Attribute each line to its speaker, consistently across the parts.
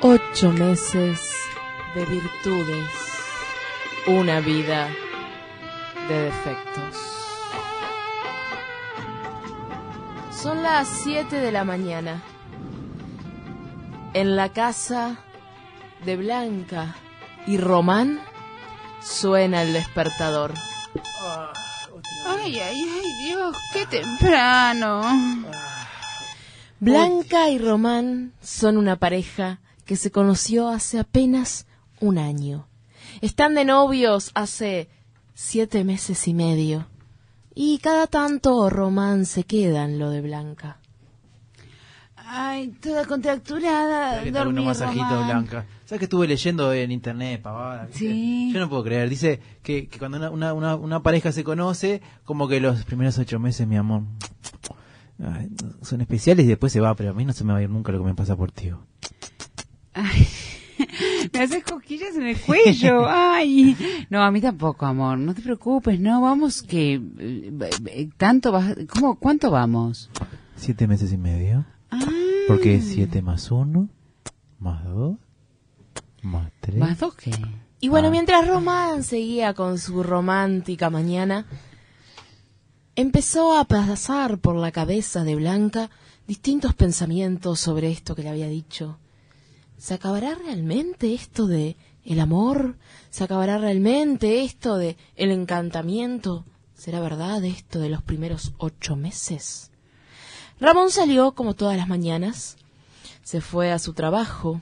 Speaker 1: Ocho meses de virtudes, una vida de defectos. Son las siete de la mañana. En la casa de Blanca y Román suena el despertador.
Speaker 2: Ay, ay, ay, Dios, qué temprano.
Speaker 1: Blanca y Román son una pareja que se conoció hace apenas un año. Están de novios hace siete meses y medio. Y cada tanto Román se queda en lo de Blanca.
Speaker 2: Ay, toda contracturada.
Speaker 3: Dale, dale
Speaker 2: dormí,
Speaker 3: unos masajitos,
Speaker 2: Román.
Speaker 3: Blanca. ¿Sabes que estuve leyendo en internet, pavada? ¿viste?
Speaker 2: Sí.
Speaker 3: Yo no puedo creer. Dice que, que cuando una, una, una, una pareja se conoce, como que los primeros ocho meses, mi amor, ay, son especiales y después se va, pero a mí no se me va a ir nunca lo que me pasa por ti.
Speaker 2: Ay, me haces cosquillas en el cuello. Ay, no, a mí tampoco, amor. No te preocupes, no vamos que eh, eh, tanto vas. ¿Cómo? ¿Cuánto vamos?
Speaker 3: Siete meses y medio.
Speaker 2: Ah,
Speaker 3: Porque es siete más uno, más dos, más tres.
Speaker 2: más dos que.
Speaker 1: Y bueno,
Speaker 3: Ah.
Speaker 1: mientras Román seguía con su romántica mañana, empezó a pasar por la cabeza de Blanca distintos pensamientos sobre esto que le había dicho. ¿Se acabará realmente esto de el amor? ¿Se acabará realmente esto de el encantamiento? ¿Será verdad esto de los primeros ocho meses? Ramón salió como todas las mañanas, se fue a su trabajo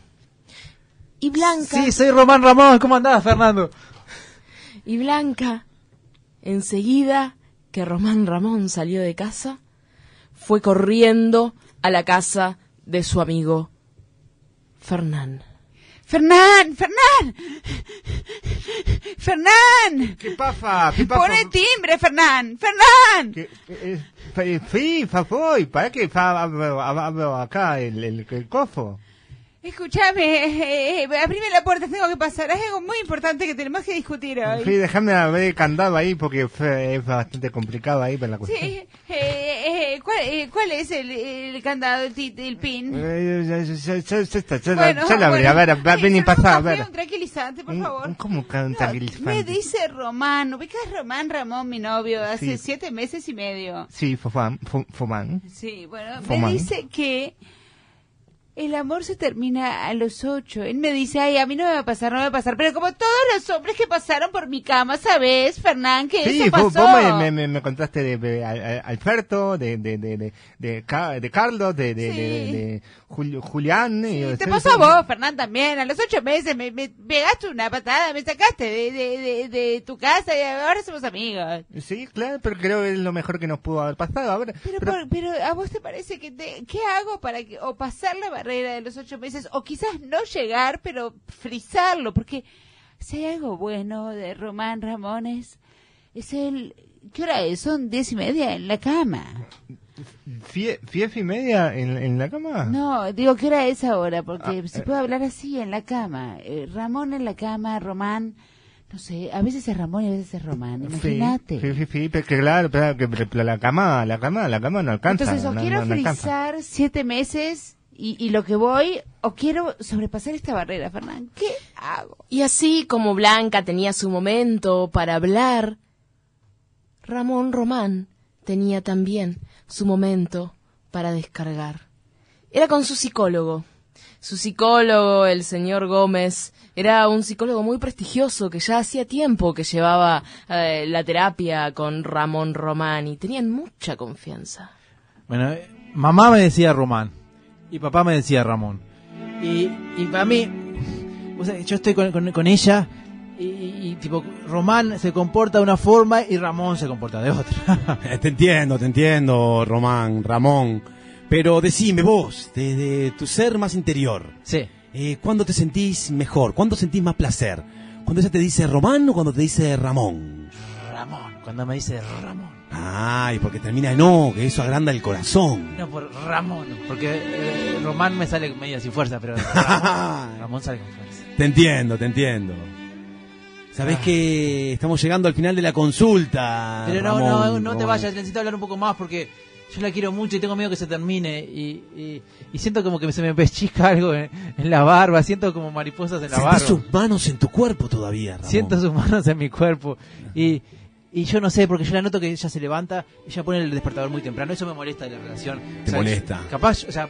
Speaker 1: y Blanca...
Speaker 3: Sí, soy Román Ramón. ¿Cómo andás, Fernando?
Speaker 1: Y Blanca, enseguida que Román Ramón salió de casa, fue corriendo a la casa de su amigo Fernán.
Speaker 2: Fernán, Fernán, Fernán,
Speaker 4: ¿Qué pasa? ¿Qué pasa?
Speaker 2: pon el timbre, Fernán, Fernán.
Speaker 4: Que, eh, eh, Sí, Fafoy, ¿para qué fa- abro, abro acá el, el, el cofo?
Speaker 2: Escúchame, eh, eh, abrime la puerta, tengo que pasar. Es algo muy importante que tenemos que discutir hoy.
Speaker 4: Sí, déjame abrir el candado ahí porque fue- es bastante complicado ahí para la
Speaker 2: Sí,
Speaker 4: cuestión.
Speaker 2: eh, eh, ¿cuál, eh, cuál es el, el candado, el, tit- el pin?
Speaker 4: Eh, ya- ya- ya- ya- ya está, ya la-
Speaker 2: Bueno,
Speaker 4: ya la abrí,
Speaker 2: bueno.
Speaker 4: a ver, va-
Speaker 2: Sí,
Speaker 4: ven y
Speaker 2: pero
Speaker 4: pasa, a
Speaker 2: un café,
Speaker 4: ver.
Speaker 2: Un tranquilizante, por
Speaker 4: Un-
Speaker 2: favor.
Speaker 4: un- ¿Cómo que un
Speaker 2: No, me
Speaker 4: tranquilizante?
Speaker 2: dice Román, ubicas Román Ramón, mi novio, hace
Speaker 4: Sí.
Speaker 2: siete meses y medio.
Speaker 4: Sí, Fofán, Fo- Fomán.
Speaker 2: Sí, bueno, me
Speaker 4: Fomán.
Speaker 2: dice que el amor se termina a los ocho. Él me dice, ay, a mí no me va a pasar, no me va a pasar. Pero como todos los hombres que pasaron por mi cama, ¿sabes, Fernán? Que
Speaker 4: Sí,
Speaker 2: eso
Speaker 4: vos,
Speaker 2: pasó.
Speaker 4: vos me, me- me- me contaste de, de Al- Al- Alberto, de, de, de, de, de, Ca- de Carlos, de, de,
Speaker 2: Sí.
Speaker 4: de- de Jul- Julián.
Speaker 2: Sí,
Speaker 4: y-
Speaker 2: te
Speaker 4: sí,
Speaker 2: pasó
Speaker 4: sí.
Speaker 2: a vos, Fernán, también. A los ocho meses me, me pegaste una patada, me sacaste de, de, de, de tu casa y ahora somos amigos.
Speaker 4: Sí, claro, pero creo que es lo mejor que nos pudo haber pasado. Ahora,
Speaker 2: Pero,
Speaker 4: pero-
Speaker 2: por- pero a vos te parece que te- ¿qué hago para que o pasar la barrera de los ocho meses o quizás no llegar pero frizarlo porque si hay algo bueno de Román Ramones es el ¿qué hora es? Son diez y media en la cama.
Speaker 4: ¿fie- ¿Fief y media en, en la cama?
Speaker 2: No, digo ¿qué hora es ahora? Porque
Speaker 4: Ah,
Speaker 2: se
Speaker 4: eh.
Speaker 2: puede hablar así en la cama. Eh, Ramón en la cama, Román, no sé, a veces es Ramón y a veces es Román.
Speaker 4: Sí,
Speaker 2: Imagínate.
Speaker 4: Sí, sí, sí, pero que claro, pero, que- pero- pero la cama, la cama, la cama no alcanza.
Speaker 2: Entonces, o
Speaker 4: no-
Speaker 2: quiero
Speaker 4: no- no alcanza.
Speaker 2: frizar siete meses y, y lo que voy, o quiero sobrepasar esta barrera, Fernán. ¿Qué hago?
Speaker 1: Y así como Blanca tenía su momento para hablar, Ramón Román tenía también su momento para descargar. Era con su psicólogo. Su psicólogo, el señor Gómez, era un psicólogo muy prestigioso que ya hacía tiempo que llevaba eh, la terapia con Ramón Román y tenían mucha confianza.
Speaker 3: Bueno, eh, mamá me decía Román y papá me decía Ramón. Y, y para mí, o sea, yo estoy con, con- con ella y, y- y tipo, Román se comporta de una forma y Ramón se comporta de otra.
Speaker 5: Eh, Te entiendo, te entiendo, Román, Ramón. Pero decime vos, desde tu ser más interior,
Speaker 3: sí.
Speaker 5: eh, ¿cuándo te sentís mejor? ¿Cuándo sentís más placer? ¿Cuando ella te dice Román o cuando te dice Ramón?
Speaker 3: Ramón, cuando me dice Ramón.
Speaker 5: Ay, porque termina en O, que eso agranda el corazón.
Speaker 3: No, por Ramón. Porque eh, Román me sale medio sin fuerza, pero Ramón, Ramón sale con fuerza.
Speaker 5: Te entiendo, te entiendo. Sabés que estamos llegando al final de la consulta.
Speaker 3: Pero no,
Speaker 5: Ramón,
Speaker 3: no, no te
Speaker 5: Román.
Speaker 3: vayas, necesito hablar un poco más porque yo la quiero mucho y tengo miedo que se termine. Y, y- y siento como que se me pellizca algo en, en la barba, siento como mariposas en la barba.
Speaker 5: Sentí sus manos en tu cuerpo todavía, Ramón.
Speaker 3: Siento sus manos en mi cuerpo. Y, y yo no sé, porque yo la noto que ella se levanta, ella pone el despertador muy temprano. Eso me molesta de la relación.
Speaker 5: Te molesta.
Speaker 3: Capaz, o sea,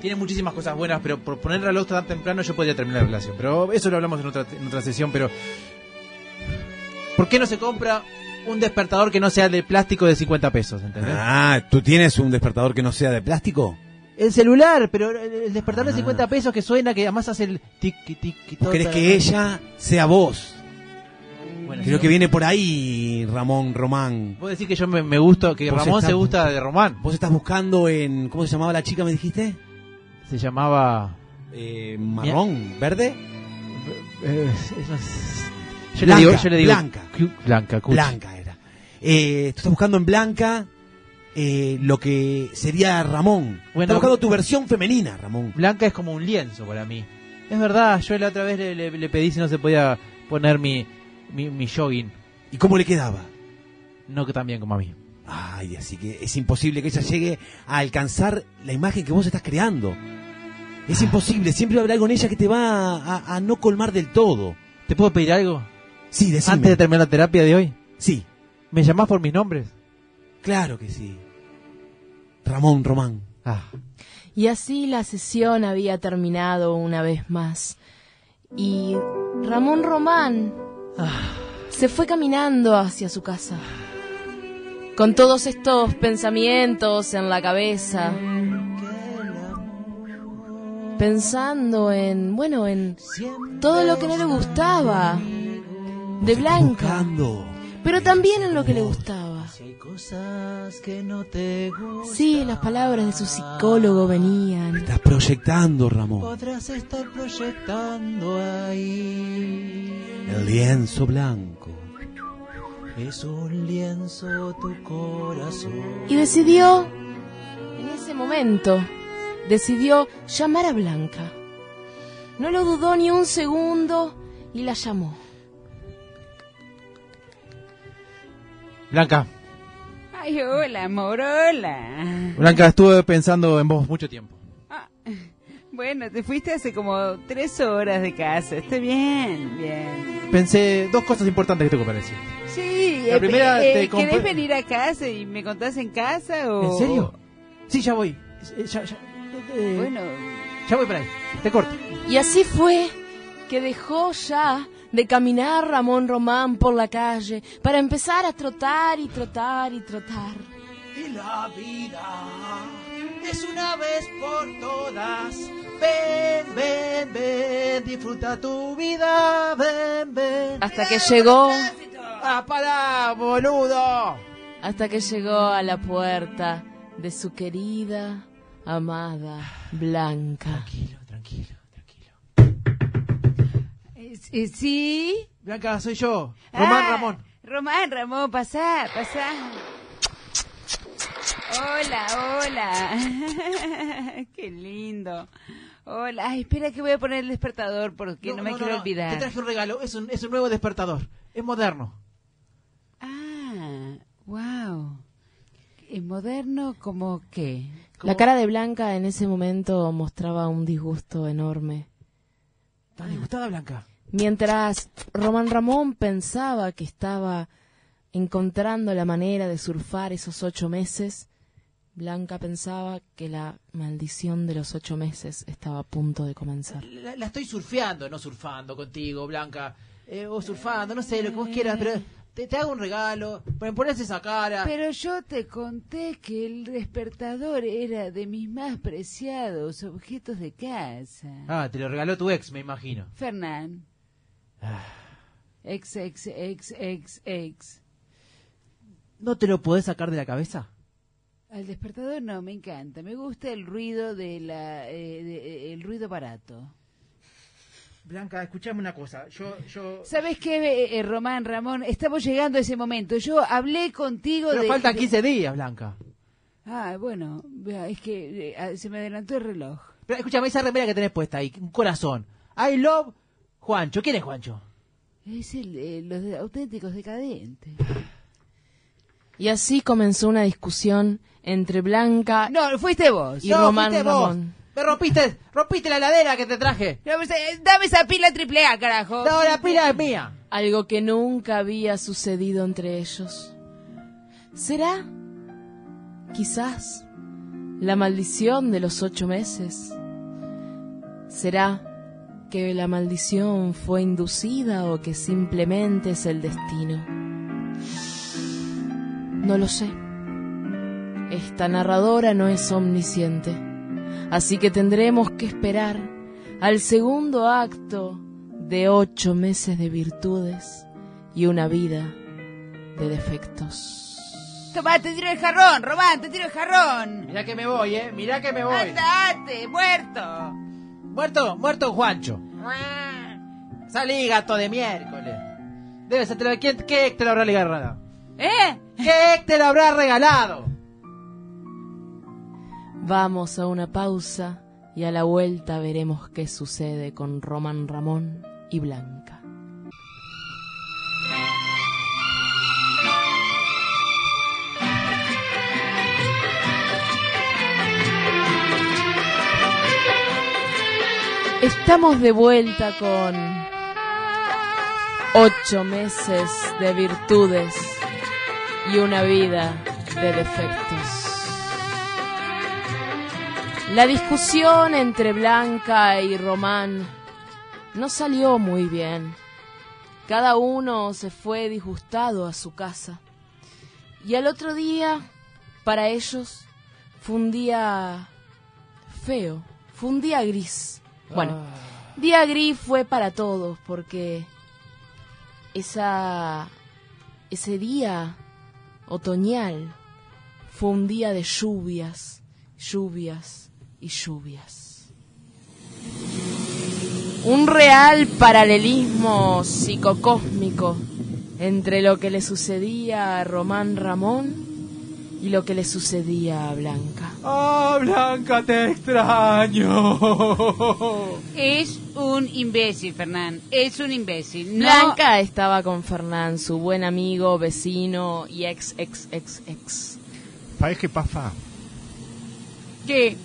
Speaker 3: tiene muchísimas cosas buenas, pero por poner el reloj tan temprano yo podría terminar la relación. Pero eso lo hablamos en otra, en otra sesión, pero... ¿Por qué no se compra un despertador que no sea de plástico de 50 pesos, entendés?
Speaker 5: Ah, ¿tú tienes un despertador que no sea de plástico?
Speaker 3: El celular, pero el el despertador de
Speaker 5: Ah.
Speaker 3: 50 pesos que suena, que además hace el tiki tiki
Speaker 5: ¿Vos querés que ella sea vos?
Speaker 3: Bueno,
Speaker 5: Creo
Speaker 3: sí.
Speaker 5: que viene por ahí, Ramón, Román.
Speaker 3: Vos decís que yo me, me gusto, que
Speaker 5: Vos
Speaker 3: Ramón
Speaker 5: estás-
Speaker 3: se gusta de Román.
Speaker 5: Vos estás buscando en... ¿Cómo se llamaba la chica, me dijiste?
Speaker 3: Se llamaba.
Speaker 5: Eh, marrón, verde.
Speaker 3: eh, es- yo,
Speaker 5: Blanca,
Speaker 3: le digo, yo le digo.
Speaker 5: Blanca.
Speaker 3: Cu- Blanca, Cuchi.
Speaker 5: Blanca era. Eh, tú estás buscando en Blanca eh, lo que sería Ramón.
Speaker 3: Bueno,
Speaker 5: estás buscando tu versión femenina, Ramón.
Speaker 3: Blanca es como un lienzo para mí. Es verdad, yo la otra vez le, le- le pedí si no se podía poner mi, mi, mi jogging.
Speaker 5: ¿Y cómo le quedaba?
Speaker 3: No que tan bien como a mí.
Speaker 5: Ay, así que es imposible que ella llegue a alcanzar la imagen que vos estás creando. Es imposible, siempre va a haber algo en ella que te va a, a- a no colmar del todo.
Speaker 3: ¿Te puedo pedir algo?
Speaker 5: Sí, decime.
Speaker 3: Antes de terminar la terapia de hoy.
Speaker 5: Sí,
Speaker 3: ¿Me llamás por mis nombres?
Speaker 5: claro que sí. Ramón, Román.
Speaker 3: Ah.
Speaker 1: Y así la sesión había terminado una vez más. Y Ramón Román se fue caminando hacia su casa. Con todos estos pensamientos en la cabeza. Pensando en, bueno, en todo lo que no le gustaba de Blanca.
Speaker 5: Buscando.
Speaker 1: Pero también en lo que le gustaba. Sí, las palabras de su psicólogo venían.
Speaker 5: Estás proyectando, Ramón.
Speaker 3: Podrás estar proyectando ahí.
Speaker 5: El lienzo blanco.
Speaker 3: Es un lienzo tu corazón.
Speaker 1: Y decidió, en ese momento, decidió llamar a Blanca. No lo dudó ni un segundo y la llamó.
Speaker 3: Blanca,
Speaker 2: Ay, hola, morola.
Speaker 3: Blanca, estuve pensando en vos mucho tiempo.
Speaker 2: Bueno, te fuiste hace como tres horas de casa. Está bien, bien.
Speaker 3: Pensé dos cosas importantes que tengo para decir.
Speaker 2: Sí,
Speaker 3: La
Speaker 2: eh,
Speaker 3: primera
Speaker 2: eh,
Speaker 3: te compré-
Speaker 2: ¿querés venir a casa y me contás en casa o...?
Speaker 3: ¿En serio? Sí, ya voy. Eh, Ya, ya, eh,
Speaker 2: Bueno,
Speaker 3: ya voy para ahí. Te corto.
Speaker 1: Y así fue que dejó ya de caminar Ramón Román por la calle para empezar a trotar y trotar y trotar.
Speaker 3: Y la vida es una vez por todas. Ven, ven, ven, disfruta tu vida. Ven, ven.
Speaker 1: Hasta que llegó,
Speaker 3: ¡Ah, para, boludo!
Speaker 1: hasta que llegó a la puerta de su querida, amada Blanca.
Speaker 3: Tranquilo, tranquilo, tranquilo.
Speaker 2: eh, eh, ¿sí?
Speaker 3: Blanca, soy yo. Román
Speaker 2: Ah,
Speaker 3: Ramón.
Speaker 2: Román Ramón, pasá, pasá. Hola, hola. Qué lindo. Hola, Ay, espera que voy a poner el despertador porque no, me quiero olvidar.
Speaker 3: Te traje un regalo. Es un, es un nuevo despertador. Es moderno.
Speaker 2: Ah, wow. ¿Es moderno como qué?
Speaker 1: La cara de Blanca en ese momento mostraba un disgusto enorme.
Speaker 2: Ah.
Speaker 3: ¿Estás disgustada, Blanca?
Speaker 1: Mientras Román Ramón pensaba que estaba encontrando la manera de surfar esos ocho meses, Blanca pensaba que la maldición de los ocho meses estaba a punto de comenzar.
Speaker 3: La, la estoy surfeando, no surfando contigo, Blanca. Eh, o surfando, no sé, lo que vos quieras, pero te, te hago un regalo. Pon- Ponés esa cara.
Speaker 2: Pero yo te conté que el despertador era de mis más preciados objetos de casa.
Speaker 3: Ah, te lo regaló tu ex, me imagino.
Speaker 2: Fernán.
Speaker 3: Ah.
Speaker 2: Ex, ex, ex, ex, ex.
Speaker 3: ¿No te lo podés sacar de la cabeza?
Speaker 2: Al despertador no, me encanta. Me gusta el ruido de la, eh, de- el ruido barato.
Speaker 3: Blanca, escuchame una cosa. Yo, yo...
Speaker 2: ¿Sabes qué, eh, eh, Román, Ramón? Estamos llegando a ese momento. Yo hablé contigo
Speaker 3: Pero
Speaker 2: de...
Speaker 3: faltan
Speaker 2: de-
Speaker 3: 15 días, Blanca.
Speaker 2: Ah, bueno, vea, es que eh, ah, se me adelantó el reloj.
Speaker 3: Pero escúchame, esa remera que tenés puesta ahí, un corazón. I love Juancho. ¿Quién es Juancho?
Speaker 2: Es el, eh, los de- auténticos decadentes.
Speaker 1: Y así comenzó una discusión entre
Speaker 3: Ah.
Speaker 1: Blanca
Speaker 2: No, fuiste vos.
Speaker 1: y
Speaker 3: No,
Speaker 1: Román
Speaker 3: fuiste vos.
Speaker 1: Ramón.
Speaker 3: Me rompiste, rompiste la heladera que te traje.
Speaker 2: No, pues, eh, Dame esa pila triple A, carajo.
Speaker 3: No, la pila es mía.
Speaker 1: algo que nunca había sucedido entre ellos. ¿Será? Quizás la maldición de los ocho meses. ¿Será que la maldición fue inducida o que simplemente es el destino? No lo sé. Esta narradora no es omnisciente, así que tendremos que esperar al segundo acto de ocho meses de virtudes y una vida de defectos.
Speaker 2: Tomá, te tiro el jarrón, Román, te tiro el jarrón.
Speaker 3: Mirá que me voy, eh. Mirá que me voy.
Speaker 2: Andate, muerto.
Speaker 3: Muerto, muerto Juancho. Salí, gato de miércoles. Debe ser, te lo- ¿quién- ¿qué te lo habrá regalado?
Speaker 2: ¿Eh?
Speaker 3: ¿Qué te lo habrá regalado?
Speaker 1: Vamos a una pausa y a la vuelta veremos qué sucede con Román Ramón y Blanca. Estamos de vuelta con ocho meses de virtudes y una vida de defectos. La discusión entre Blanca y Román no salió muy bien. Cada uno se fue disgustado a su casa. Y al otro día, para ellos, fue un día feo, fue un día gris. Bueno, día gris fue para todos porque esa ese día otoñal fue un día de lluvias, lluvias y lluvias. Un real paralelismo psicocósmico entre lo que le sucedía a Román Ramón y lo que le sucedía a Blanca.
Speaker 5: Ah,
Speaker 3: ¡Oh, Blanca, te extraño!
Speaker 2: Es un imbécil, Fernán. Es un imbécil. No,
Speaker 1: Blanca estaba con Fernán, su buen amigo, vecino y ex, ex, ex, ex.
Speaker 4: ¿Sabes qué pasa?
Speaker 2: que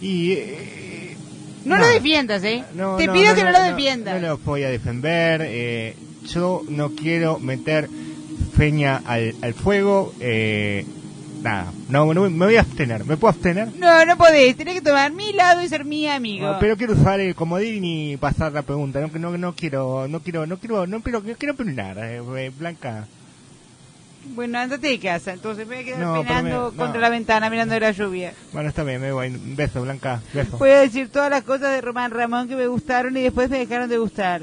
Speaker 4: Y. eh,
Speaker 2: no, lo
Speaker 4: nada.
Speaker 2: defiendas, ¿eh?
Speaker 4: No,
Speaker 2: te pido que no, lo
Speaker 4: No,
Speaker 2: defiendas.
Speaker 4: lo voy a defender. eh, yo no quiero meter feña al, al fuego. eh, nada, no, no me voy a abstener. ¿Me puedo abstener?
Speaker 2: No, no podés. Tenés que tomar mi lado y ser mi amigo.
Speaker 4: No, Ah, pero quiero usar el comodín y pasar la pregunta. No, no, no quiero, no quiero, no quiero, no quiero, no quiero opinar, eh, eh, Blanca.
Speaker 2: Bueno, andate de casa. Entonces me voy a quedar
Speaker 4: No, pero
Speaker 2: penando
Speaker 4: me- no.
Speaker 2: contra la ventana, mirando la lluvia.
Speaker 4: Bueno, está bien, me voy. Un beso, Blanca. Beso.
Speaker 2: Voy a decir todas las cosas de Román Ramón que me gustaron y después me dejaron de gustar.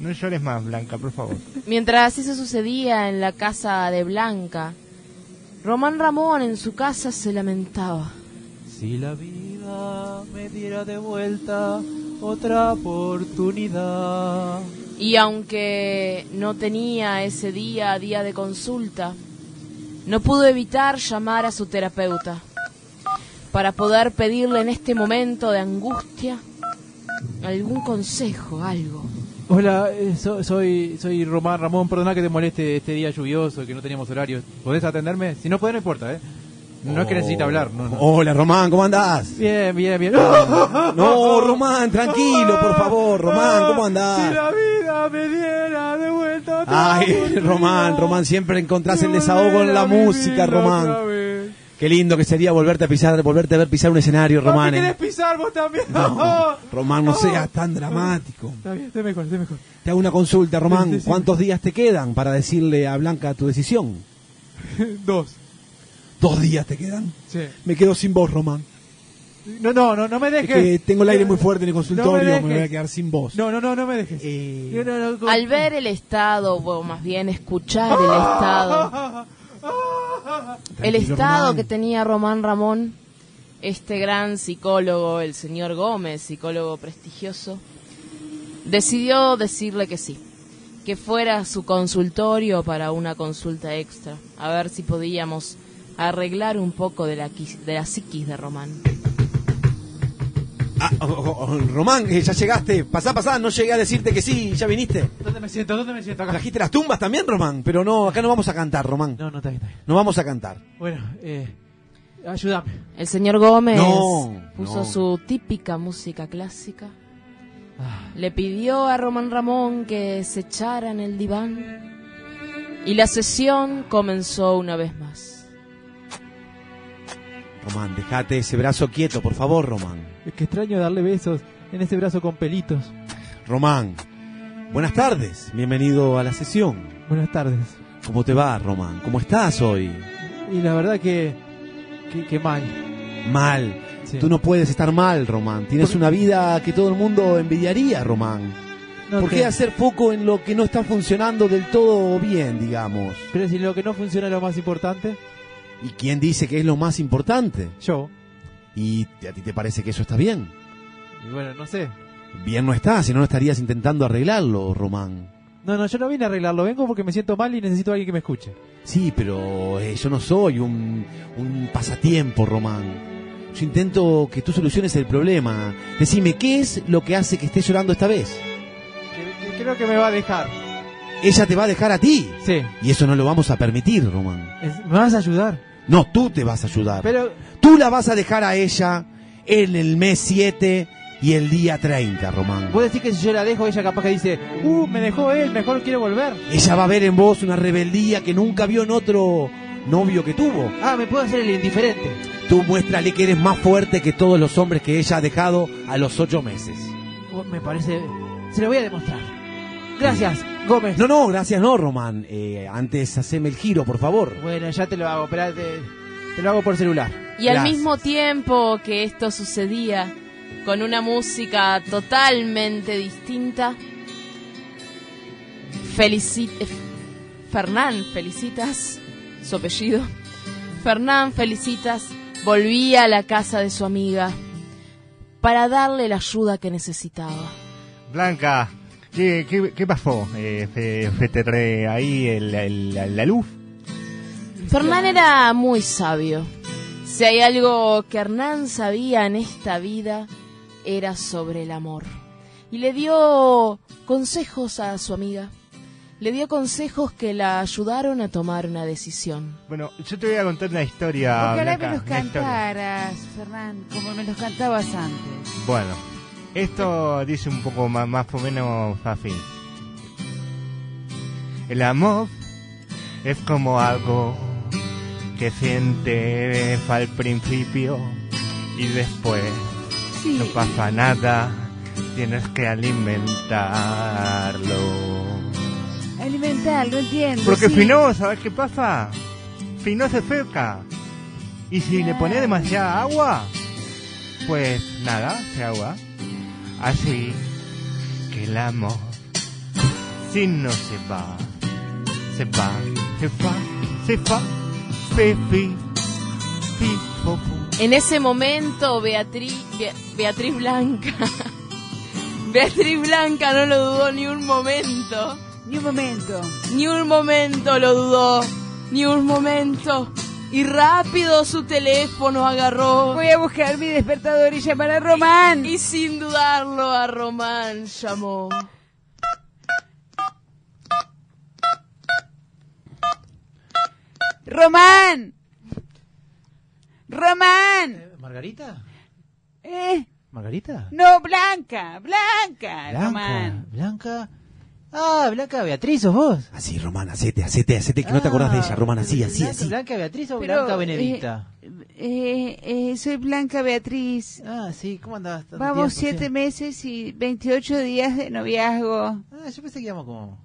Speaker 4: No llores más, Blanca, por favor.
Speaker 1: Mientras eso sucedía en la casa de Blanca, Román Ramón en su casa se lamentaba.
Speaker 3: Si la vida me diera de vuelta otra oportunidad.
Speaker 1: Y aunque no tenía ese día a día de consulta, no pudo evitar llamar a su terapeuta para poder pedirle en este momento de angustia algún consejo, algo.
Speaker 3: Hola, eh, so- soy, soy Román Ramón. Perdona que te moleste este día lluvioso, que no teníamos horarios. ¿Podés atenderme? Si no podés, no importa, ¿eh? No es que necesita
Speaker 5: Oh.
Speaker 3: hablar, no, no.
Speaker 5: Hola, Román, ¿cómo andás?
Speaker 3: Bien, bien, bien.
Speaker 5: No, Román, tranquilo, por favor, Román, ¿cómo andás?
Speaker 3: Si la vida me diera de vuelta otra
Speaker 5: Ay,
Speaker 3: oportunidad,
Speaker 5: Román, Román, siempre encontrás el desahogo en la
Speaker 3: volver a
Speaker 5: música,
Speaker 3: vivirla otra
Speaker 5: Román.
Speaker 3: vez.
Speaker 5: Qué lindo que sería volverte a pisar, volverte a ver pisar un escenario, Román.
Speaker 3: ¿Me
Speaker 5: eh.
Speaker 3: querés pisar vos también?
Speaker 5: No, Román, no
Speaker 3: Oh.
Speaker 5: seas tan dramático.
Speaker 3: Está bien, estoy mejor, estoy mejor.
Speaker 5: Te hago una consulta,
Speaker 3: Sí, sí, sí.
Speaker 5: Román. ¿Cuántos días te quedan para decirle a Blanca tu decisión?
Speaker 3: Dos.
Speaker 5: Dos días te quedan.
Speaker 3: Sí.
Speaker 5: Me quedo sin voz, Román.
Speaker 3: No, no, no, no me
Speaker 5: Es
Speaker 3: dejes.
Speaker 5: que tengo el aire muy fuerte en el
Speaker 3: No me
Speaker 5: consultorio,
Speaker 3: dejes.
Speaker 5: me voy a quedar sin voz.
Speaker 3: No, no, no, no me dejes.
Speaker 5: Eh,
Speaker 3: No, no, no, con-
Speaker 1: Al ver el estado, o más bien escuchar el estado el
Speaker 5: Tranquilo,
Speaker 1: estado
Speaker 5: Román.
Speaker 1: que tenía Román Ramón, este gran psicólogo, el señor Gómez, psicólogo prestigioso, decidió decirle que sí, que fuera a su consultorio para una consulta extra, a ver si podíamos arreglar un poco de la, quis- de la psiquis de Román.
Speaker 5: Ah, oh, oh, oh, Román, eh, ya llegaste. Pasá, pasá, no llegué a decirte que sí, ya viniste.
Speaker 3: ¿Dónde me siento? ¿Dónde me siento? Acá.
Speaker 5: Trajiste las tumbas también, Román, pero no, acá no vamos a cantar, Román.
Speaker 3: No, no, está bien, está bien.
Speaker 5: No vamos a cantar.
Speaker 3: Bueno, eh, ayúdame.
Speaker 1: El señor Gómez
Speaker 5: No,
Speaker 1: puso
Speaker 5: no.
Speaker 1: su típica música clásica.
Speaker 5: Ah.
Speaker 1: Le pidió a Román Ramón que se echara en el diván. Y la sesión comenzó una vez más.
Speaker 5: Román, dejate ese brazo quieto, por favor, Román.
Speaker 3: Es que extraño darle besos en ese brazo con pelitos.
Speaker 5: Román, buenas tardes, bienvenido a la sesión.
Speaker 3: Buenas tardes.
Speaker 5: ¿Cómo te va, Román? ¿Cómo estás hoy?
Speaker 3: Y la verdad que. que, que mal.
Speaker 5: Mal.
Speaker 3: Sí.
Speaker 5: Tú no puedes estar mal, Román. Tienes una vida que todo el mundo envidiaría, Román.
Speaker 3: No
Speaker 5: ¿Por
Speaker 3: te-
Speaker 5: qué hacer foco en lo que no está funcionando del todo bien, digamos?
Speaker 3: Pero si lo que no funciona es lo más importante,
Speaker 5: ¿Y quién dice que es lo más importante?
Speaker 3: yo.
Speaker 5: ¿Y a ti te parece que eso está bien?
Speaker 3: Y bueno, no sé.
Speaker 5: Bien no está, si no no estarías intentando arreglarlo, Román.
Speaker 3: No, no, yo no vine a arreglarlo. Vengo porque me siento mal y necesito a alguien que me escuche.
Speaker 5: Sí, pero eh, yo no soy un, un pasatiempo, Román. Yo intento que tú soluciones el problema. Decime, ¿qué es lo que hace que estés llorando esta vez?
Speaker 3: Que- que creo que me va a dejar.
Speaker 5: Ella te va a dejar a ti.
Speaker 3: Sí.
Speaker 5: Y eso no lo vamos a permitir, Román.
Speaker 3: Es- ¿Me vas a ayudar?
Speaker 5: No, tú te vas a ayudar.
Speaker 3: Pero.
Speaker 5: Tú la vas a dejar a ella en el mes 7 y el día 30, Román.
Speaker 3: Vos decís que si yo la dejo, ella capaz que dice, uh, me dejó él, mejor quiero volver.
Speaker 5: Ella va a ver en vos una rebeldía que nunca vio en otro novio que tuvo.
Speaker 3: Ah, me puedo hacer el indiferente.
Speaker 5: Tú muéstrale que eres más fuerte que todos los hombres que ella ha dejado a los ocho meses.
Speaker 3: Oh, Me parece. Se lo voy a demostrar. Gracias, Gómez.
Speaker 5: No, no, gracias no, Román. Eh, antes haceme el giro, por favor.
Speaker 3: Bueno, ya te lo hago, pero te, te lo hago por celular.
Speaker 1: Y al
Speaker 5: Gracias.
Speaker 1: mismo tiempo que esto sucedía, con una música totalmente distinta, felici- eh, Fernán Felicitas, su apellido, Fernán Felicitas volvía a la casa de su amiga para darle la ayuda que necesitaba.
Speaker 4: Blanca, ¿qué, qué, qué pasó? Eh, ¿Se se te re ahí el- el- la, la luz?
Speaker 1: Fernán era muy sabio. Si hay algo que Hernán sabía en esta vida, era sobre el amor. Y le dio consejos a su amiga. Le dio consejos que la ayudaron a tomar una decisión.
Speaker 4: Bueno, yo te voy a contar una historia.
Speaker 2: Ojalá
Speaker 4: Blanca,
Speaker 2: me los
Speaker 4: una historia.
Speaker 2: cantaras, Fernán, como me los cantabas antes.
Speaker 4: Bueno, esto dice un poco más, más o menos así. El amor es como algo que sientes al principio y después
Speaker 2: Sí.
Speaker 4: no pasa nada, tienes que alimentarlo.
Speaker 2: Alimentarlo, entiendo.
Speaker 4: Porque
Speaker 2: sí.
Speaker 4: si no, ¿sabes qué pasa? Si no se seca. Y si le pones demasiada agua, pues nada, se agua. Así que el amor, si no se va, se va, se va, se va, se fi, fi, fo, fu.
Speaker 1: En ese momento, Beatriz, Bea- Beatriz Blanca. Beatriz Blanca no lo dudó ni un momento.
Speaker 2: Ni un momento.
Speaker 1: Ni un momento lo dudó. Ni un momento. Y rápido su teléfono agarró.
Speaker 2: Voy a buscar mi despertador y llamar a Román.
Speaker 1: Y sin dudarlo a Román llamó.
Speaker 2: Román. Román.
Speaker 3: ¿Margarita?
Speaker 2: ¿Eh?
Speaker 3: ¿Margarita?
Speaker 2: No, Blanca, Blanca,
Speaker 3: Blanca.
Speaker 2: Román.
Speaker 3: Blanca. Ah, Blanca Beatriz, ¿sos vos?
Speaker 5: Así, Román, hacete, hacete, hacete, que no te
Speaker 3: Ah,
Speaker 5: acordás de ella, Román, así, así,
Speaker 3: Blanca-
Speaker 5: así.
Speaker 3: ¿Blanca Beatriz o
Speaker 2: Pero,
Speaker 3: Blanca Benedicta?
Speaker 2: Eh, eh, soy Blanca Beatriz.
Speaker 3: Ah, sí, ¿cómo andabas? tanto
Speaker 2: eh, Vamos
Speaker 3: tiempo?
Speaker 2: siete meses y 28 días de noviazgo.
Speaker 3: Sí. Ah, yo pensé que íbamos como,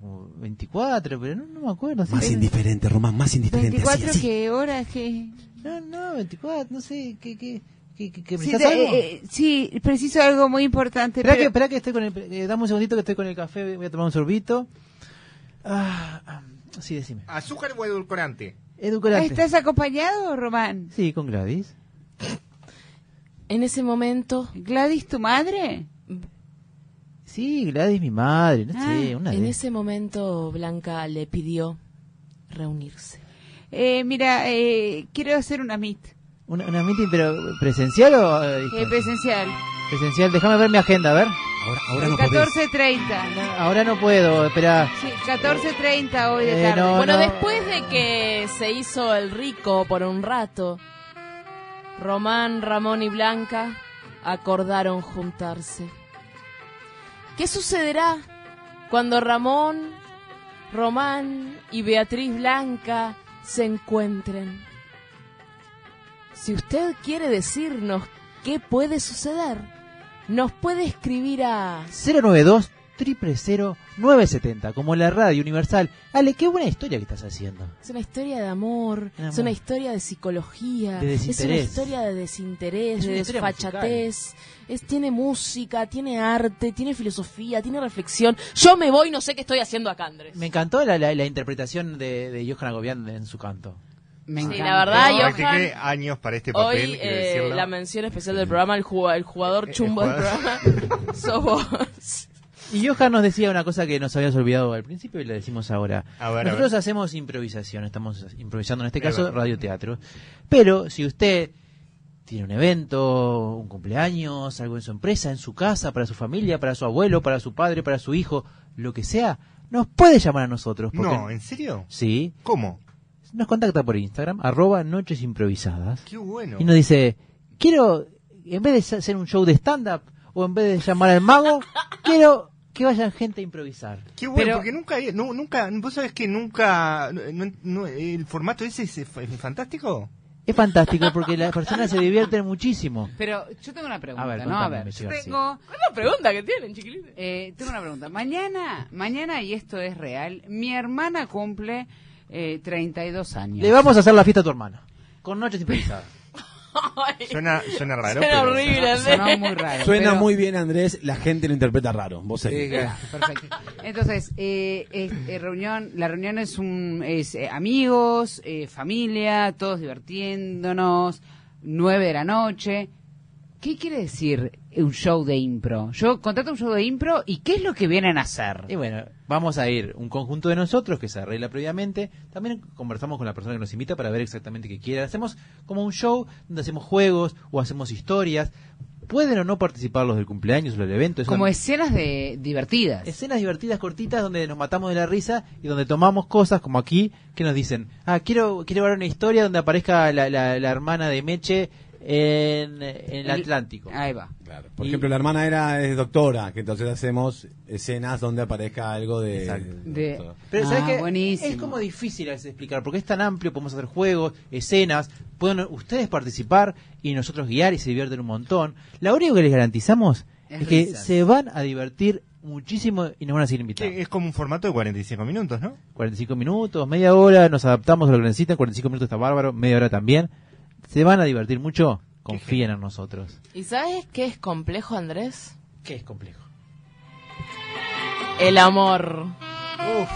Speaker 3: como 24, pero no, no me acuerdo. sí.
Speaker 5: Más indiferente, Román, más indiferente, así,
Speaker 2: 24
Speaker 5: así.
Speaker 2: que horas que...
Speaker 3: No, no, 24, no sé, ¿qué, qué, qué, qué, qué
Speaker 2: Sí,
Speaker 3: precisás
Speaker 2: te-
Speaker 3: algo?
Speaker 2: eh, eh, sí, preciso algo muy importante.
Speaker 3: Esperá que,
Speaker 2: pero-
Speaker 3: esperá que estoy con el. eh, dame un segundito que estoy con el café, voy a tomar un sorbito. Ah, ah, sí, decime.
Speaker 6: ¿Azúcar o edulcorante?
Speaker 3: Edulcorante.
Speaker 2: ¿Estás acompañado, Román?
Speaker 3: Sí, con Gladys.
Speaker 1: En ese momento,
Speaker 2: ¿Gladys, tu madre?
Speaker 3: Sí, Gladys, mi madre, no sé,
Speaker 2: Ah,
Speaker 3: una
Speaker 1: en
Speaker 3: de.
Speaker 1: ese momento Blanca le pidió reunirse.
Speaker 2: Eh, mira, eh, quiero hacer una meet.
Speaker 3: ¿Una, una meeting pero presencial o eh,
Speaker 2: Eh,
Speaker 3: digital?
Speaker 2: presencial.
Speaker 3: presencial? Déjame ver mi agenda, a ver.
Speaker 5: Ahora, ahora no podés.
Speaker 2: 14.30.
Speaker 3: Ahora no puedo, espera.
Speaker 2: Sí, 14.30 hoy de
Speaker 3: Eh,
Speaker 2: tarde.
Speaker 3: no,
Speaker 2: Bueno,
Speaker 1: Bueno, después de que se hizo el rico por un rato, Román, Ramón y Blanca acordaron juntarse. ¿Qué sucederá cuando Ramón, Román y Beatriz Blanca se encuentren? Si usted quiere decirnos qué puede suceder, nos puede escribir a
Speaker 3: 092 000 970, como la radio universal. Ale, qué buena historia que estás haciendo.
Speaker 1: Es una historia de amor,
Speaker 3: De
Speaker 1: es
Speaker 3: amor.
Speaker 1: una historia de psicología,
Speaker 3: De
Speaker 1: es una
Speaker 3: desinterés.
Speaker 1: historia de desinterés,
Speaker 3: Es
Speaker 1: de
Speaker 3: una historia
Speaker 1: desfachatez. Es, tiene música, tiene arte, tiene filosofía, tiene reflexión. Yo me voy, no sé qué estoy haciendo acá, Andrés.
Speaker 3: Me encantó la, la- la interpretación de, de Johan Agobián en su canto.
Speaker 2: Me
Speaker 1: Sí,
Speaker 2: encanta.
Speaker 1: la verdad, Johan,
Speaker 4: Practiqué años para este papel,
Speaker 1: Hoy
Speaker 4: quiero
Speaker 1: eh,
Speaker 4: decirlo.
Speaker 1: la mención especial del programa, el, ju- el jugador
Speaker 4: Eh,
Speaker 1: chumbo
Speaker 4: el
Speaker 1: del programa, sos vos.
Speaker 3: Y Johan nos decía una cosa que nos habías olvidado al principio y la decimos ahora.
Speaker 4: A ver, a
Speaker 3: Nosotros
Speaker 4: ver.
Speaker 3: hacemos improvisación, estamos improvisando en este
Speaker 4: Es
Speaker 3: caso
Speaker 4: verdad.
Speaker 3: radioteatro. Pero si usted tiene un evento, un cumpleaños, algo en su empresa, en su casa, para su familia, para su abuelo, para su padre, para su hijo, lo que sea, nos puede llamar a nosotros. Porque,
Speaker 4: No, ¿en serio?
Speaker 3: Sí,
Speaker 4: ¿Cómo?
Speaker 3: nos contacta por Instagram, arroba noches improvisadas.
Speaker 4: Qué bueno.
Speaker 3: Y nos dice, quiero, en vez de hacer un show de stand-up o en vez de llamar al mago, quiero que vayan gente a improvisar.
Speaker 4: Qué bueno,
Speaker 3: Pero-
Speaker 4: porque nunca, no, nunca, vos sabés que nunca, no- no- el formato ese es, es fantástico.
Speaker 3: Es fantástico porque las personas se divierten muchísimo.
Speaker 2: Pero yo tengo una pregunta,
Speaker 3: A ver,
Speaker 2: ¿no? A
Speaker 3: contame,
Speaker 2: ver, yo
Speaker 3: Michelle, sí.
Speaker 2: tengo,
Speaker 1: ¿Cuál es la pregunta que tienen, chiquilines?
Speaker 2: eh, tengo una pregunta. Mañana, mañana, y esto es real, mi hermana cumple eh, 32 años.
Speaker 3: Le vamos a hacer la fiesta a tu hermana. Con noches improvisadas.
Speaker 4: Suena, suena raro.
Speaker 1: Suena
Speaker 4: pero-
Speaker 1: horrible.
Speaker 2: Sonó- sonó muy raro.
Speaker 5: Suena
Speaker 2: pero-
Speaker 5: muy bien, Andrés. La gente lo interpreta raro. Vos seguís.
Speaker 2: Eh, Perfecto. Entonces, eh, es- eh, reunión, la reunión es un es, eh, amigos, eh, familia, todos divirtiéndonos, nueve de la noche. ¿Qué quiere decir un show de impro? Yo contrato un show de impro y ¿qué es lo que vienen a
Speaker 3: Y
Speaker 2: hacer?
Speaker 3: bueno, vamos a ir un conjunto de nosotros que se arregla previamente. También conversamos con la persona que nos invita para ver exactamente qué quiere. Hacemos como un show donde hacemos juegos o hacemos historias. Pueden o no participar los del cumpleaños o del evento.
Speaker 2: Como
Speaker 3: una-
Speaker 2: escenas de divertidas.
Speaker 3: Escenas divertidas cortitas donde nos matamos de la risa y donde tomamos cosas como aquí que nos dicen, ah, quiero, quiero ver una historia donde aparezca la, la- la hermana de Meche en, en el Atlántico.
Speaker 2: Ahí va.
Speaker 5: Claro. Por
Speaker 3: Y-
Speaker 5: ejemplo, la hermana era es doctora, que entonces hacemos escenas donde aparezca algo de.
Speaker 3: Exacto.
Speaker 2: De-
Speaker 5: doctor.
Speaker 3: Pero
Speaker 2: Ah,
Speaker 3: ¿sabes qué?
Speaker 2: buenísimo.
Speaker 3: es como difícil a veces explicar porque es tan amplio, podemos hacer juegos, escenas, pueden ustedes participar y nosotros guiar y se divierten un montón. Lo único que les garantizamos
Speaker 2: Es
Speaker 3: es, que
Speaker 2: risas.
Speaker 3: se van a divertir muchísimo y nos van a seguir invitando.
Speaker 4: Que Es como un formato de 45 minutos, ¿no?
Speaker 3: 45 minutos, media hora, nos adaptamos a lo que necesitan, 45 minutos está bárbaro, media hora también. Se van a divertir mucho, confíen en nosotros.
Speaker 1: ¿Y sabes qué es complejo, Andrés?
Speaker 3: Que es complejo.
Speaker 1: El amor.
Speaker 4: Uf.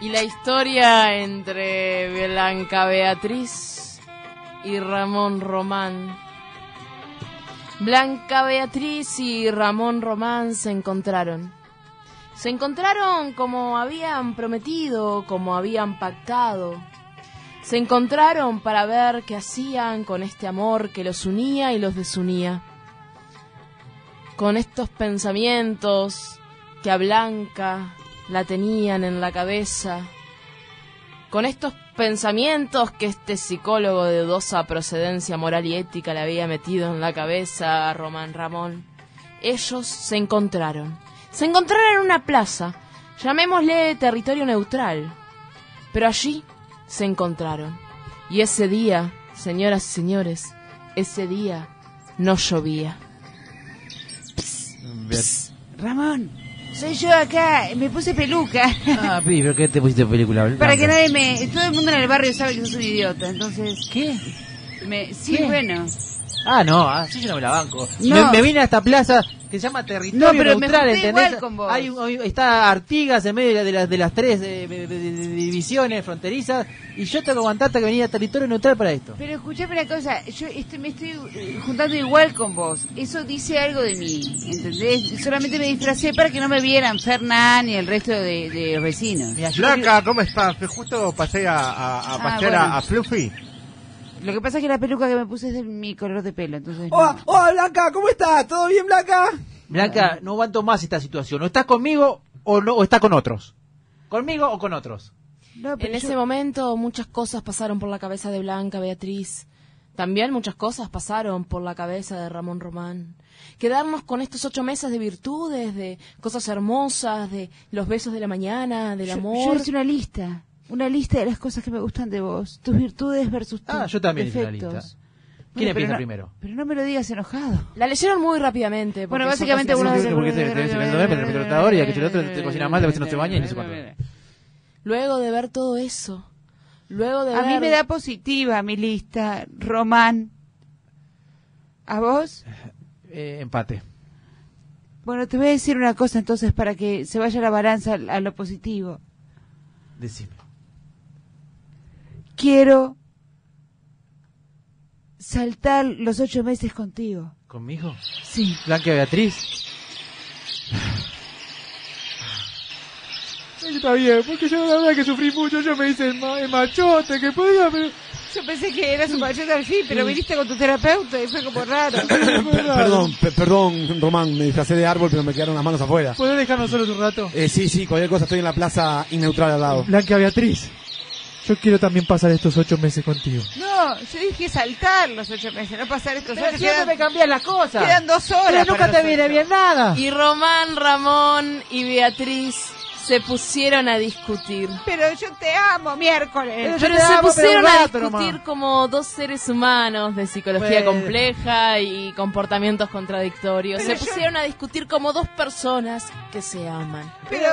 Speaker 1: Y la historia entre Blanca Beatriz y Ramón Román. Blanca Beatriz y Ramón Román se encontraron. Se encontraron como habían prometido, como habían pactado. Se encontraron para ver qué hacían con este amor que los unía y los desunía. Con estos pensamientos que a Blanca la tenían en la cabeza. Con estos pensamientos que este psicólogo de dudosa procedencia moral y ética le había metido en la cabeza a Román Ramón, ellos se encontraron. Se encontraron en una plaza, llamémosle territorio neutral. Pero allí se encontraron. Y ese día, señoras y señores, ese día no llovía.
Speaker 2: Ramón, soy yo acá, me puse peluca.
Speaker 3: Ah, Pi, pero ¿qué te pusiste película?
Speaker 2: Para que
Speaker 3: Blanca?
Speaker 2: nadie me... Todo el mundo en el barrio sabe que sos un idiota, entonces... ¿Qué? sí,
Speaker 3: ¿Qué?
Speaker 2: bueno.
Speaker 3: Ah, no, así yo no me la banco.
Speaker 2: No.
Speaker 3: Me, me vine a esta plaza que se llama Territorio
Speaker 2: No, pero me
Speaker 3: Neutral,
Speaker 2: junté
Speaker 3: ¿entendés?
Speaker 2: igual con vos.
Speaker 3: Hay un- hay- está Artigas en medio de, la- de las, de las tres eh, de- de- de- de divisiones fronterizas y yo tengo que aguantarte que venir a Territorio Neutral para esto.
Speaker 2: Pero escuchame una cosa, yo estoy- me estoy eh, juntando igual con vos. Eso dice algo de mí, ¿entendés? Solamente me disfracé para que no me vieran Fernán y el resto de, de vecinos.
Speaker 3: Mirá, yo
Speaker 4: Blanca, ¿cómo estás? Justo pasé a, a, a
Speaker 2: Ah,
Speaker 4: pasear a-
Speaker 2: bueno.
Speaker 4: a, Fluffy
Speaker 2: Lo que pasa es que la peluca que me puse es de mi color de pelo, entonces. no.
Speaker 3: Oh,
Speaker 5: ¡Hola, hola, Blanca! ¿Cómo estás? ¿Todo bien, Blanca?
Speaker 3: Blanca, no aguanto más esta situación. O estás conmigo o no, o estás con otros. Conmigo o con otros.
Speaker 2: No, pero
Speaker 1: En ese
Speaker 2: yo-
Speaker 1: momento muchas cosas pasaron por la cabeza de Blanca Beatriz. También muchas cosas pasaron por la cabeza de Ramón Román. Quedarnos con estos ocho meses de virtudes, de cosas hermosas, de los besos de la mañana, del
Speaker 2: yo- Yo,
Speaker 1: amor.
Speaker 2: hice una lista. Una lista de las cosas que me gustan de vos. Tus virtudes versus tus
Speaker 3: Ah, yo también hice una
Speaker 2: defectos.
Speaker 3: lista.
Speaker 2: Bueno,
Speaker 3: ¿Quién
Speaker 2: pero
Speaker 3: empieza
Speaker 2: no-
Speaker 3: primero?
Speaker 2: Pero no me lo digas enojado.
Speaker 1: La leyeron muy rápidamente.
Speaker 2: Bueno,
Speaker 1: porque son
Speaker 2: básicamente
Speaker 1: casi
Speaker 2: uno
Speaker 1: las
Speaker 2: dice...
Speaker 1: mismas.
Speaker 3: porque te- te- te- te- te- te- te- te- te- y aquel otro te cocina mal, a veces no se baña y no sé cuánto.
Speaker 1: Luego de ver todo eso, luego de
Speaker 2: A
Speaker 1: ver...
Speaker 2: mí me da positiva mi lista, Román. ¿A vos?
Speaker 3: Eh, empate.
Speaker 2: Bueno, te voy a decir una cosa entonces para que se vaya la balanza al- a lo positivo.
Speaker 3: Decime.
Speaker 2: Quiero saltar los ocho meses contigo.
Speaker 3: ¿Conmigo?
Speaker 2: Sí.
Speaker 3: Blanca Beatriz. Está bien, porque yo la verdad que sufrí mucho, yo me hice el, ma- el machote, que podía, pero...
Speaker 2: Yo pensé que eras un machete al fin, pero viniste con tu terapeuta y fue como raro.
Speaker 5: perdón, pe- perdón, Román, me disfracé de árbol, pero me quedaron las manos afuera.
Speaker 3: ¿Podés dejarnos solos un rato?
Speaker 5: Eh, sí, sí, cualquier cosa, estoy en la plaza inneutral al lado.
Speaker 3: Blanca Beatriz, yo quiero también pasar estos ocho meses contigo.
Speaker 2: No, yo dije saltar los ocho meses, no pasar estos ocho
Speaker 3: me
Speaker 2: quedan,
Speaker 3: cambias las cosas.
Speaker 2: quedan dos horas.
Speaker 3: Pero nunca
Speaker 2: para
Speaker 3: te
Speaker 2: los
Speaker 3: viene
Speaker 2: ocho.
Speaker 3: bien nada.
Speaker 1: Y Román, Ramón y Beatriz se pusieron a discutir.
Speaker 2: Pero yo te amo miércoles.
Speaker 3: Yo
Speaker 1: Pero
Speaker 3: te
Speaker 1: se
Speaker 3: amo, pero
Speaker 1: pusieron
Speaker 3: un
Speaker 1: a
Speaker 3: rato nomás.
Speaker 1: discutir como dos seres humanos de psicología
Speaker 3: Bueno.
Speaker 1: compleja y comportamientos contradictorios.
Speaker 2: Pero
Speaker 1: se
Speaker 2: yo-
Speaker 1: pusieron a discutir como dos personas que se aman.
Speaker 2: Pero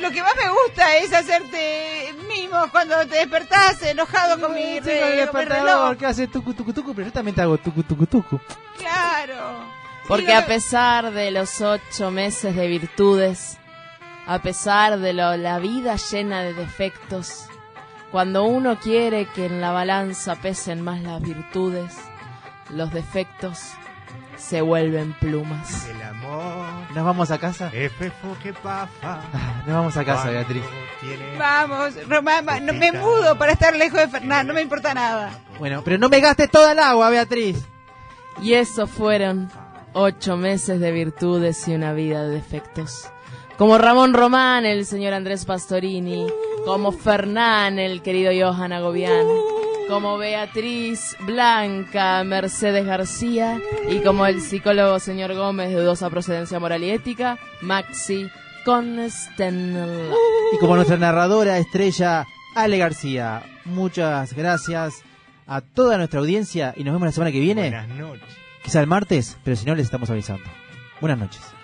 Speaker 2: lo que más me gusta es hacerte mimos cuando te despertás enojado con mi,
Speaker 3: Mm, Sí,
Speaker 2: re-
Speaker 3: con el
Speaker 2: con mi reloj.
Speaker 3: despertador que hace tucu tucu tucu, pero yo también te hago tucu tucu tucu.
Speaker 2: Claro.
Speaker 1: Porque
Speaker 2: Sí,
Speaker 1: a
Speaker 2: lo-
Speaker 1: pesar de los ocho meses de virtudes, a pesar de lo- la vida llena de defectos, cuando uno quiere que en la balanza pesen más las virtudes, los defectos se vuelven plumas.
Speaker 4: El amor
Speaker 3: ¿Nos vamos a casa?
Speaker 4: es fefo que pafa.
Speaker 3: Ah, Nos vamos a casa, Beatriz.
Speaker 4: Tiene-
Speaker 2: Vamos, Román, va- no, me mudo para estar lejos de Fernán, no me importa nada.
Speaker 3: Bueno, pero no me gastes toda el agua, Beatriz.
Speaker 1: Y eso fueron ocho meses de virtudes y una vida de defectos. Como Ramón Román, el señor Andrés Pastorini. Como Fernán, el querido Johan Agobián. Como Beatriz Blanca Mercedes García. Y como el psicólogo señor Gómez de dudosa procedencia moral y ética, Maxi Constenla.
Speaker 3: Y como nuestra narradora estrella, Ale García. Muchas gracias a toda nuestra audiencia y nos vemos la semana que viene.
Speaker 4: Buenas noches.
Speaker 3: Quizá el martes, pero si no les estamos avisando. Buenas noches.